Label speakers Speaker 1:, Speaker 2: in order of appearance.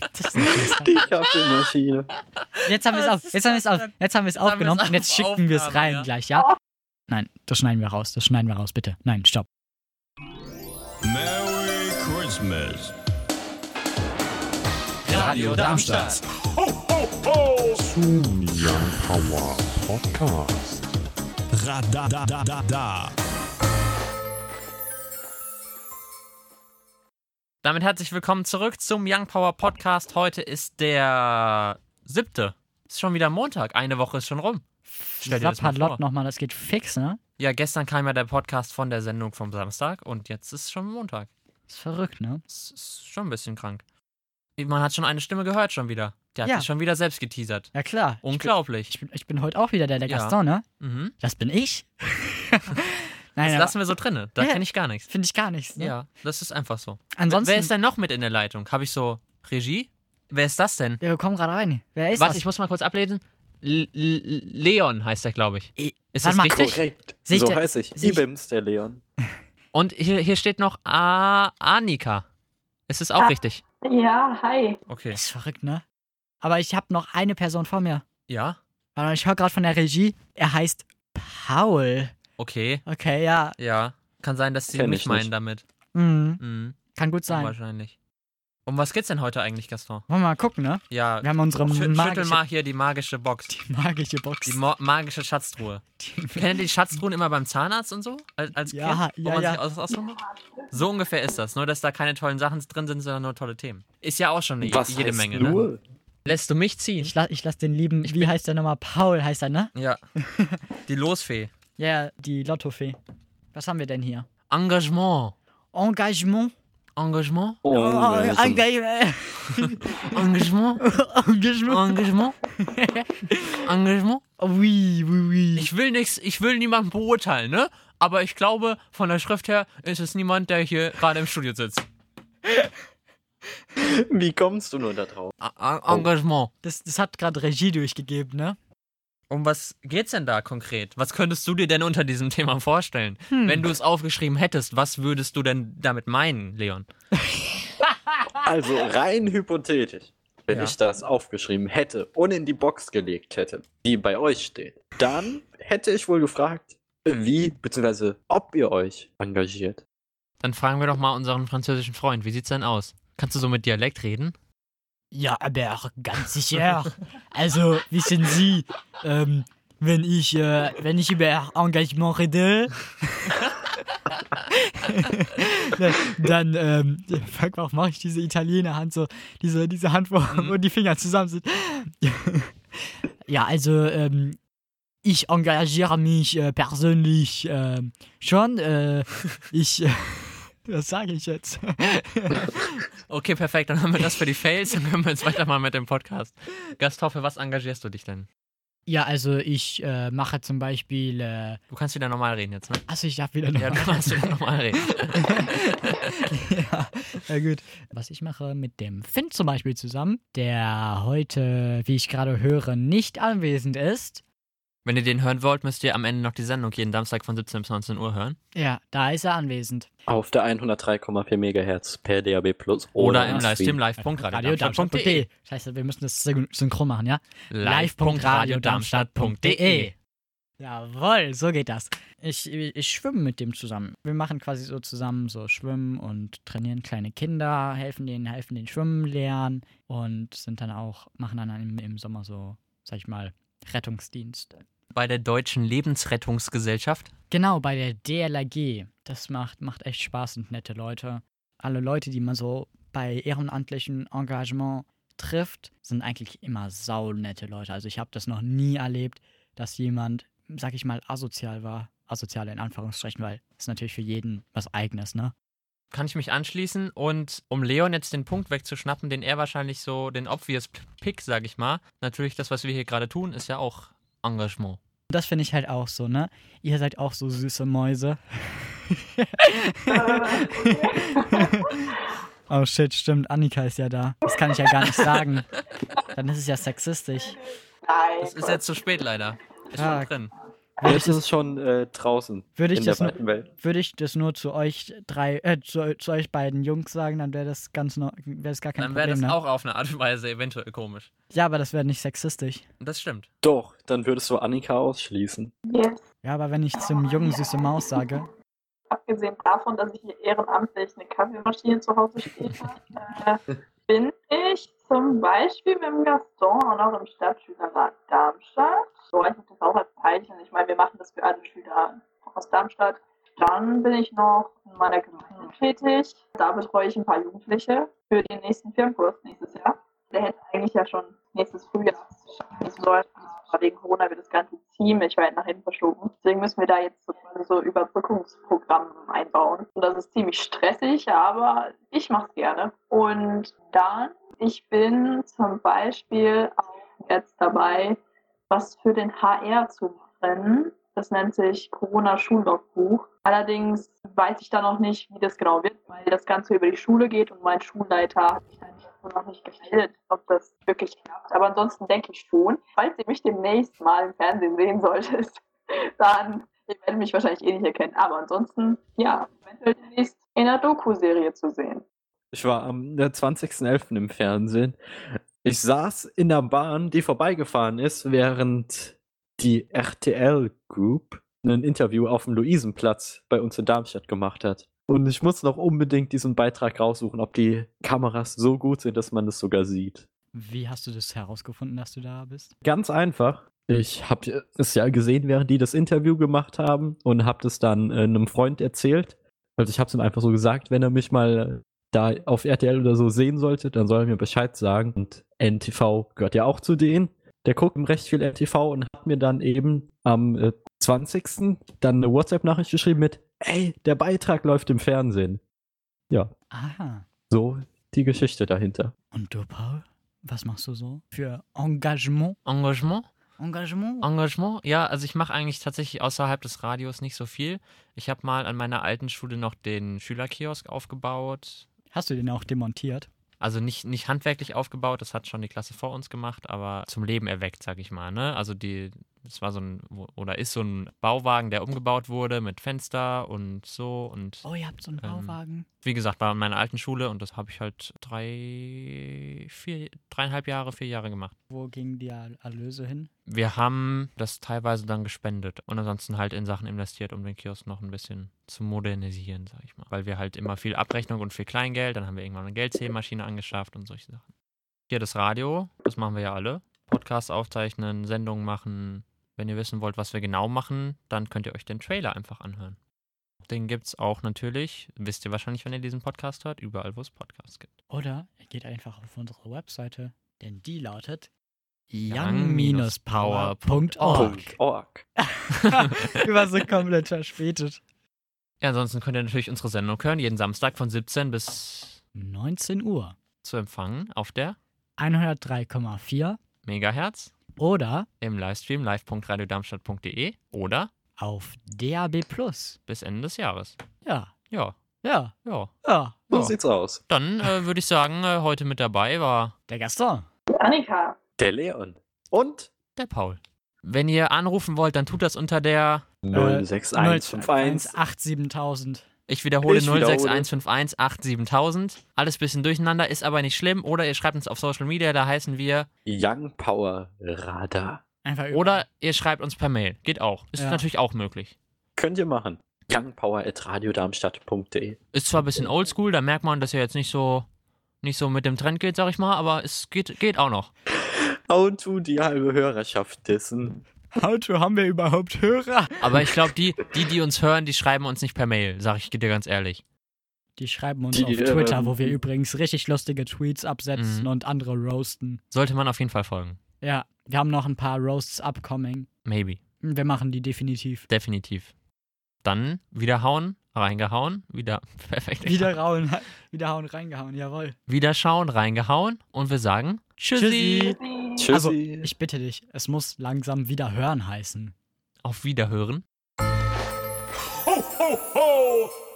Speaker 1: Das ist nicht
Speaker 2: Die Kaffeemaschine.
Speaker 1: Jetzt haben wir es
Speaker 3: Was
Speaker 1: auf,
Speaker 3: ist
Speaker 1: jetzt haben wir es
Speaker 3: das
Speaker 1: auf,
Speaker 3: denn?
Speaker 1: jetzt haben wir es
Speaker 3: haben
Speaker 1: aufgenommen
Speaker 3: wir's
Speaker 1: und jetzt
Speaker 3: auf
Speaker 1: schicken wir es
Speaker 3: Aufnahme,
Speaker 1: rein
Speaker 3: ja.
Speaker 1: gleich, ja? Nein, das schneiden wir raus, das schneiden wir raus, bitte. Nein, stopp.
Speaker 4: Merry Christmas.
Speaker 3: Radio Darmstadt.
Speaker 4: Radada da da da da.
Speaker 3: Damit herzlich willkommen zurück zum Young Power Podcast. Heute ist der siebte. Ist schon wieder Montag. Eine Woche ist schon rum. Stell dir das mal vor.
Speaker 1: Wappadlot nochmal, das geht fix, ne?
Speaker 3: Ja, gestern kam ja der Podcast von der Sendung vom Samstag und jetzt ist schon Montag.
Speaker 1: Ist verrückt, ne?
Speaker 3: Das ist schon ein bisschen krank. Man hat schon eine Stimme gehört schon wieder. Der hat
Speaker 1: Ja.
Speaker 3: sich schon wieder selbst geteasert.
Speaker 1: Ja klar. Ich
Speaker 3: Unglaublich.
Speaker 1: bin, ich bin heute auch wieder der, der
Speaker 3: Ja.
Speaker 1: Gaston, ne?
Speaker 3: Mhm.
Speaker 1: Das bin ich.
Speaker 3: Das
Speaker 1: Nein, das
Speaker 3: lassen wir so drinne. Da
Speaker 1: Ja.
Speaker 3: kenne ich gar nichts.
Speaker 1: finde ich gar nichts. Ne?
Speaker 3: Also Ja, das ist einfach so.
Speaker 1: Ansonsten,
Speaker 3: Wer ist denn noch mit in der Leitung? Habe ich so Regie? Wer ist das denn?
Speaker 1: wir kommen gerade rein. Wer ist
Speaker 3: Was?
Speaker 1: das?
Speaker 3: Ich muss mal kurz ablesen. L L Leon heißt er, glaube ich.
Speaker 1: Ich,
Speaker 3: Ist
Speaker 1: Warte
Speaker 3: das
Speaker 1: mal,
Speaker 3: richtig?
Speaker 2: Korrekt.
Speaker 1: Sehe ich
Speaker 2: So
Speaker 1: der-
Speaker 2: heiße ich.
Speaker 1: sehe ich-
Speaker 2: Ibims, der Leon.
Speaker 3: Und hier, hier steht noch A Anika. Ist es auch
Speaker 5: Ah.
Speaker 3: richtig?
Speaker 5: Ja, hi.
Speaker 3: Okay.
Speaker 1: ist verrückt, ne? Aber ich habe noch eine Person vor mir.
Speaker 3: Ja,
Speaker 1: Warte mal, Ich höre gerade von der Regie, er heißt Paul.
Speaker 3: okay.
Speaker 1: Okay, ja.
Speaker 3: Ja. Kann sein, dass sie
Speaker 2: Kenn
Speaker 3: mich
Speaker 2: ich
Speaker 3: meinen
Speaker 2: nicht.
Speaker 3: damit.
Speaker 1: Mhm.
Speaker 3: Mhm.
Speaker 1: Kann gut sein. Wollen
Speaker 3: Wahrscheinlich. Um was geht's denn heute eigentlich, Gaston?
Speaker 1: wir mal gucken, ne?
Speaker 3: Ja,
Speaker 1: Wir haben unsere
Speaker 3: schü schüttel
Speaker 1: magische,
Speaker 3: mal hier die magische Box.
Speaker 1: die magische Box.
Speaker 3: Die mo- magische Schatztruhe. Kennt ihr die Schatztruhen immer beim Zahnarzt und so? Als, als
Speaker 1: Ja,
Speaker 3: Kind?
Speaker 1: ja,
Speaker 3: man
Speaker 1: ja.
Speaker 3: Sich aus, aussuchen muss? So ungefähr ist das. Nur, dass da keine tollen Sachen drin sind, sondern nur tolle Themen. Ist ja auch schon eine,
Speaker 2: Was
Speaker 3: jede
Speaker 2: heißt
Speaker 3: Menge. Ne?
Speaker 2: nur?
Speaker 3: Lässt du mich ziehen?
Speaker 1: ich, la ich lass den lieben, wie heißt der nochmal? Paul heißt er, ne?
Speaker 3: Ja. Die Losfee.
Speaker 1: Ja, die Lottofee. Was haben wir denn hier?
Speaker 3: Engagement.
Speaker 1: Engagement.
Speaker 3: Engagement?
Speaker 2: Oh,
Speaker 1: Oh,
Speaker 2: Engagement.
Speaker 1: Engagement.
Speaker 3: Engagement?
Speaker 1: Engagement. Oh,
Speaker 3: Engagement? Engagement?
Speaker 1: Oui, oui, oui.
Speaker 3: Oh. Ich will nichts, ich will niemanden beurteilen, ne? Aber ich glaube, von der Schrift her ist es niemand, der hier gerade im Studio sitzt.
Speaker 2: Wie kommst du nur da drauf?
Speaker 3: A
Speaker 2: Oh.
Speaker 3: A- Engagement.
Speaker 1: Das, das hat gerade Regie durchgegeben, ne?
Speaker 3: Um was geht's denn da konkret? Was könntest du dir denn unter diesem Thema vorstellen? Wenn du es aufgeschrieben hättest, was würdest du denn damit meinen, Leon?
Speaker 2: Also rein hypothetisch, wenn
Speaker 3: Ja.
Speaker 2: ich das aufgeschrieben hätte und in die Box gelegt hätte, die bei euch steht, dann hätte ich wohl gefragt, wie bzw. ob ihr euch engagiert.
Speaker 3: Dann fragen wir doch mal unseren französischen Freund, wie sieht's denn aus? Kannst du so mit Dialekt reden?
Speaker 1: Ja, aber ganz sicher. Also, wissen Sie, ähm, wenn ich, äh, wenn ich über Engagement rede, dann, ähm, fuck, warum mache ich diese Italiener Hand so, diese, diese Hand, wo, wo die Finger zusammen sind? ja, also, ähm, ich engagiere mich äh, persönlich ähm, schon. Äh, ich, äh, was sage ich jetzt?
Speaker 3: Okay, perfekt, dann haben wir das für die Fails, dann können wir jetzt weitermachen mit dem Podcast. Gaston, für was engagierst du dich denn?
Speaker 1: Ja, also ich äh, mache zum Beispiel, äh,
Speaker 3: Du kannst wieder normal reden jetzt, ne?
Speaker 1: achso, ich darf wieder
Speaker 3: Ja, du kannst wieder normal reden.
Speaker 1: ja, ja, gut. Was ich mache mit dem Finn zum Beispiel zusammen, der heute, wie ich gerade höre, nicht anwesend ist.
Speaker 3: Wenn ihr den hören wollt, müsst ihr am Ende noch die Sendung jeden Samstag von 17 bis 19 Uhr hören.
Speaker 1: Ja, da ist er anwesend.
Speaker 2: Auf der 103,4 MHz per DAB Plus
Speaker 3: Oder im
Speaker 2: im
Speaker 3: Livestream
Speaker 1: Radio
Speaker 3: live.radio.darmstadt.de.
Speaker 1: Darmstadt.de. Scheiße, wir müssen das syn- synchron machen, ja?
Speaker 3: live.radiodarmstadt.de.
Speaker 1: Jawohl, so geht das. Ich, ich schwimme mit dem zusammen. Wir machen quasi so zusammen so Schwimmen und trainieren kleine Kinder, helfen denen, helfen denen schwimmen lernen und sind dann auch, machen dann im, im Sommer so, sag ich mal, Rettungsdienst.
Speaker 3: Bei der Deutschen Lebensrettungsgesellschaft.
Speaker 1: Genau, bei der DLRG. Das macht, macht echt Spaß und nette Leute. Alle Leute, die man so bei ehrenamtlichen Engagement trifft, sind eigentlich immer saunette Leute. Also ich habe das noch nie erlebt, dass jemand, sag ich mal, asozial war. Asozial in Anführungsstrichen, weil es ist natürlich für jeden was Eigenes, ne?
Speaker 3: Kann ich mich anschließen und um Leon jetzt den Punkt wegzuschnappen, den er wahrscheinlich so, den obvious Pick, sag ich mal. Natürlich, das, was wir hier gerade tun, ist ja auch Engagement.
Speaker 1: Das finde ich halt auch so, ne? Ihr seid auch so süße Mäuse. oh shit, stimmt, Annika ist ja da. Das kann ich ja gar nicht sagen. Dann ist es ja sexistisch.
Speaker 5: Nein.
Speaker 3: Das ist jetzt zu spät leider. Ist schon
Speaker 1: Tag.
Speaker 3: drin.
Speaker 1: Würde ich,
Speaker 2: Jetzt ist es schon äh, draußen
Speaker 1: würde ich
Speaker 2: in
Speaker 1: das
Speaker 2: der
Speaker 1: nur,
Speaker 2: weiten Welt.
Speaker 1: würde ich das nur zu euch drei, äh, zu, zu euch beiden Jungs sagen, dann wäre das ganz no, wäre das gar kein
Speaker 3: Dann wäre
Speaker 1: Problem.
Speaker 3: das
Speaker 1: ne?
Speaker 3: auch auf eine Art und Weise eventuell komisch.
Speaker 1: Ja, aber das wäre nicht sexistisch.
Speaker 3: Das stimmt.
Speaker 2: Doch, dann würdest du Annika ausschließen.
Speaker 5: Ja.
Speaker 1: Ja, aber wenn ich zum jungen süße Maus sage,
Speaker 5: Abgesehen davon, dass ich hier ehrenamtlich eine Kaffeemaschine zu Hause stehen habe, äh, bin ich zum Beispiel mit dem Gaston auch noch im Stadtschülerrat Darmstadt. So einfach das auch als Zeichen. Ich meine, wir machen das für alle Schüler aus Darmstadt. Dann bin ich noch in meiner Gemeinde tätig. Da betreue ich ein paar Jugendliche für den nächsten Firmenkurs nächstes Jahr. Der hätte eigentlich ja schon nächstes Frühjahr stattfinden sollen. Aber wegen Corona wird das ganze ziemlich weit nach hinten verschoben. Deswegen müssen wir da jetzt so, so Überbrückungsprogramme einbauen. Und das ist ziemlich stressig, aber ich mache es gerne. Und dann, ich bin zum Beispiel auch jetzt dabei, was für den HR zu machen. Das nennt sich Corona-Schullogbuch. Allerdings weiß ich da noch nicht, wie das genau wird, weil das Ganze über die Schule geht und mein Schulleiter hat mich da nicht- noch nicht gemeldet, ob das wirklich klappt. Aber ansonsten denke ich schon, falls ihr mich demnächst mal im Fernsehen sehen solltest, dann ihr werdet mich wahrscheinlich eh nicht erkennen. Aber ansonsten, ja, eventuell demnächst in einer Doku-Serie zu sehen.
Speaker 2: Ich war am äh, 20.11. im Fernsehen. Ich saß in der Bahn, die vorbeigefahren ist, während die RTL Group ein Interview auf dem Luisenplatz bei uns in Darmstadt gemacht hat. Und ich muss noch unbedingt diesen Beitrag raussuchen, ob die Kameras so gut sind, dass man das sogar sieht.
Speaker 1: wie hast du das herausgefunden, dass du da bist?
Speaker 2: Ganz einfach. Ich habe es ja gesehen, während die das Interview gemacht haben und habe das dann äh, einem Freund erzählt. Also ich habe es ihm einfach so gesagt, wenn er mich mal äh, da auf RTL oder so sehen sollte, dann soll er mir Bescheid sagen. Und NTV gehört ja auch zu denen. Der guckt ihm recht viel NTV und hat mir dann eben am äh, 20. dann eine WhatsApp-Nachricht geschrieben mit, ey, der Beitrag läuft im Fernsehen. Ja,
Speaker 1: Aha.
Speaker 2: so die Geschichte dahinter.
Speaker 1: Und du, Paul? Was machst du so? Für Engagement?
Speaker 3: Engagement?
Speaker 1: Engagement?
Speaker 3: Engagement? Ja, also ich mache eigentlich tatsächlich außerhalb des Radios nicht so viel. Ich habe mal an meiner alten Schule noch den Schülerkiosk aufgebaut.
Speaker 1: Hast du den auch demontiert?
Speaker 3: Also nicht, nicht handwerklich aufgebaut, das hat schon die Klasse vor uns gemacht, aber zum Leben erweckt, sag ich mal. Ne? Also die, es war so ein, oder ist so ein Bauwagen, der umgebaut wurde mit Fenster und so und
Speaker 1: Oh, ihr habt so einen
Speaker 3: Ähm,
Speaker 1: Bauwagen.
Speaker 3: wie gesagt, war in meiner alten Schule und das habe ich halt drei, vier, dreieinhalb Jahre, vier Jahre gemacht.
Speaker 1: Wo gingen die Al- Erlöse hin?
Speaker 3: Wir haben das teilweise dann gespendet und ansonsten halt in Sachen investiert, um den Kiosk noch ein bisschen zu modernisieren, sag ich mal. Weil wir halt immer viel Abrechnung und viel Kleingeld, dann haben wir irgendwann eine Geldzählmaschine angeschafft und solche Sachen. Hier das Radio, das machen wir ja alle. Podcasts aufzeichnen, Sendungen machen. Wenn ihr wissen wollt, was wir genau machen, dann könnt ihr euch den Trailer einfach anhören. Den gibt's auch natürlich, wisst ihr wahrscheinlich, wenn ihr diesen Podcast hört, überall, wo es Podcasts gibt.
Speaker 1: Oder ihr geht einfach auf unsere Webseite, denn die lautet
Speaker 3: young-power.org.
Speaker 2: Org.
Speaker 1: Wir waren so komplett verspätet.
Speaker 3: Ja, ansonsten könnt ihr natürlich unsere Sendung hören, jeden Samstag von 17 bis
Speaker 1: 19 Uhr.
Speaker 3: zu empfangen auf der
Speaker 1: 103,4
Speaker 3: Megahertz
Speaker 1: oder
Speaker 3: im Livestream live.radiodarmstadt.de oder
Speaker 1: auf DAB+.
Speaker 3: bis Ende des Jahres.
Speaker 1: Ja,
Speaker 3: Ja,
Speaker 1: ja,
Speaker 3: ja.
Speaker 1: ja.
Speaker 2: So
Speaker 3: Ja.
Speaker 2: sieht's aus.
Speaker 3: Dann äh, würde ich sagen, äh, heute mit dabei war
Speaker 1: Der Gaston.
Speaker 5: Annika,
Speaker 2: Der Leon. Und
Speaker 3: der Paul. Wenn ihr anrufen wollt, dann tut das unter der,
Speaker 2: 06151.
Speaker 1: 0187000.
Speaker 3: ich wiederhole,
Speaker 2: Ich wiederhole.
Speaker 3: 06151 87000. Alles bisschen durcheinander, ist aber nicht schlimm. Oder ihr schreibt uns auf Social Media, da heißen wir.
Speaker 2: Young Power Radar.
Speaker 1: Einfach
Speaker 3: Oder ihr schreibt uns per Mail. Geht auch. Ist
Speaker 1: Ja.
Speaker 3: natürlich auch möglich.
Speaker 2: Könnt ihr machen. Youngpower.radiodarmstadt.de
Speaker 3: Ist zwar ein bisschen oldschool, da merkt man, dass er jetzt nicht so, nicht so mit dem Trend geht, sag ich mal, aber es geht, geht auch noch.
Speaker 2: How to die halbe Hörerschaft dissen.
Speaker 1: How to haben wir überhaupt Hörer?
Speaker 3: Aber ich glaube, die, die, die uns hören, die schreiben uns nicht per Mail, sag ich dir ganz ehrlich.
Speaker 1: Die schreiben uns
Speaker 2: Die,
Speaker 1: auf Twitter,
Speaker 2: ähm,
Speaker 1: wo wir übrigens richtig lustige Tweets absetzen
Speaker 3: Mhm.
Speaker 1: und andere roasten.
Speaker 3: Sollte man auf jeden Fall folgen.
Speaker 1: Ja, wir haben noch ein paar Roasts upcoming.
Speaker 3: Maybe.
Speaker 1: Wir machen die definitiv.
Speaker 3: Definitiv. Dann wieder hauen, reingehauen, wieder, perfekt.
Speaker 1: Wieder rauen, wieder hauen, reingehauen, jawohl.
Speaker 3: wieder schauen, reingehauen und wir sagen Tschüssi.
Speaker 1: Tschüssi.
Speaker 2: Tschüssi.
Speaker 1: Also, Ich bitte dich, es muss langsam wieder hören heißen.
Speaker 3: Auf Wiederhören.
Speaker 4: Ho, ho, ho!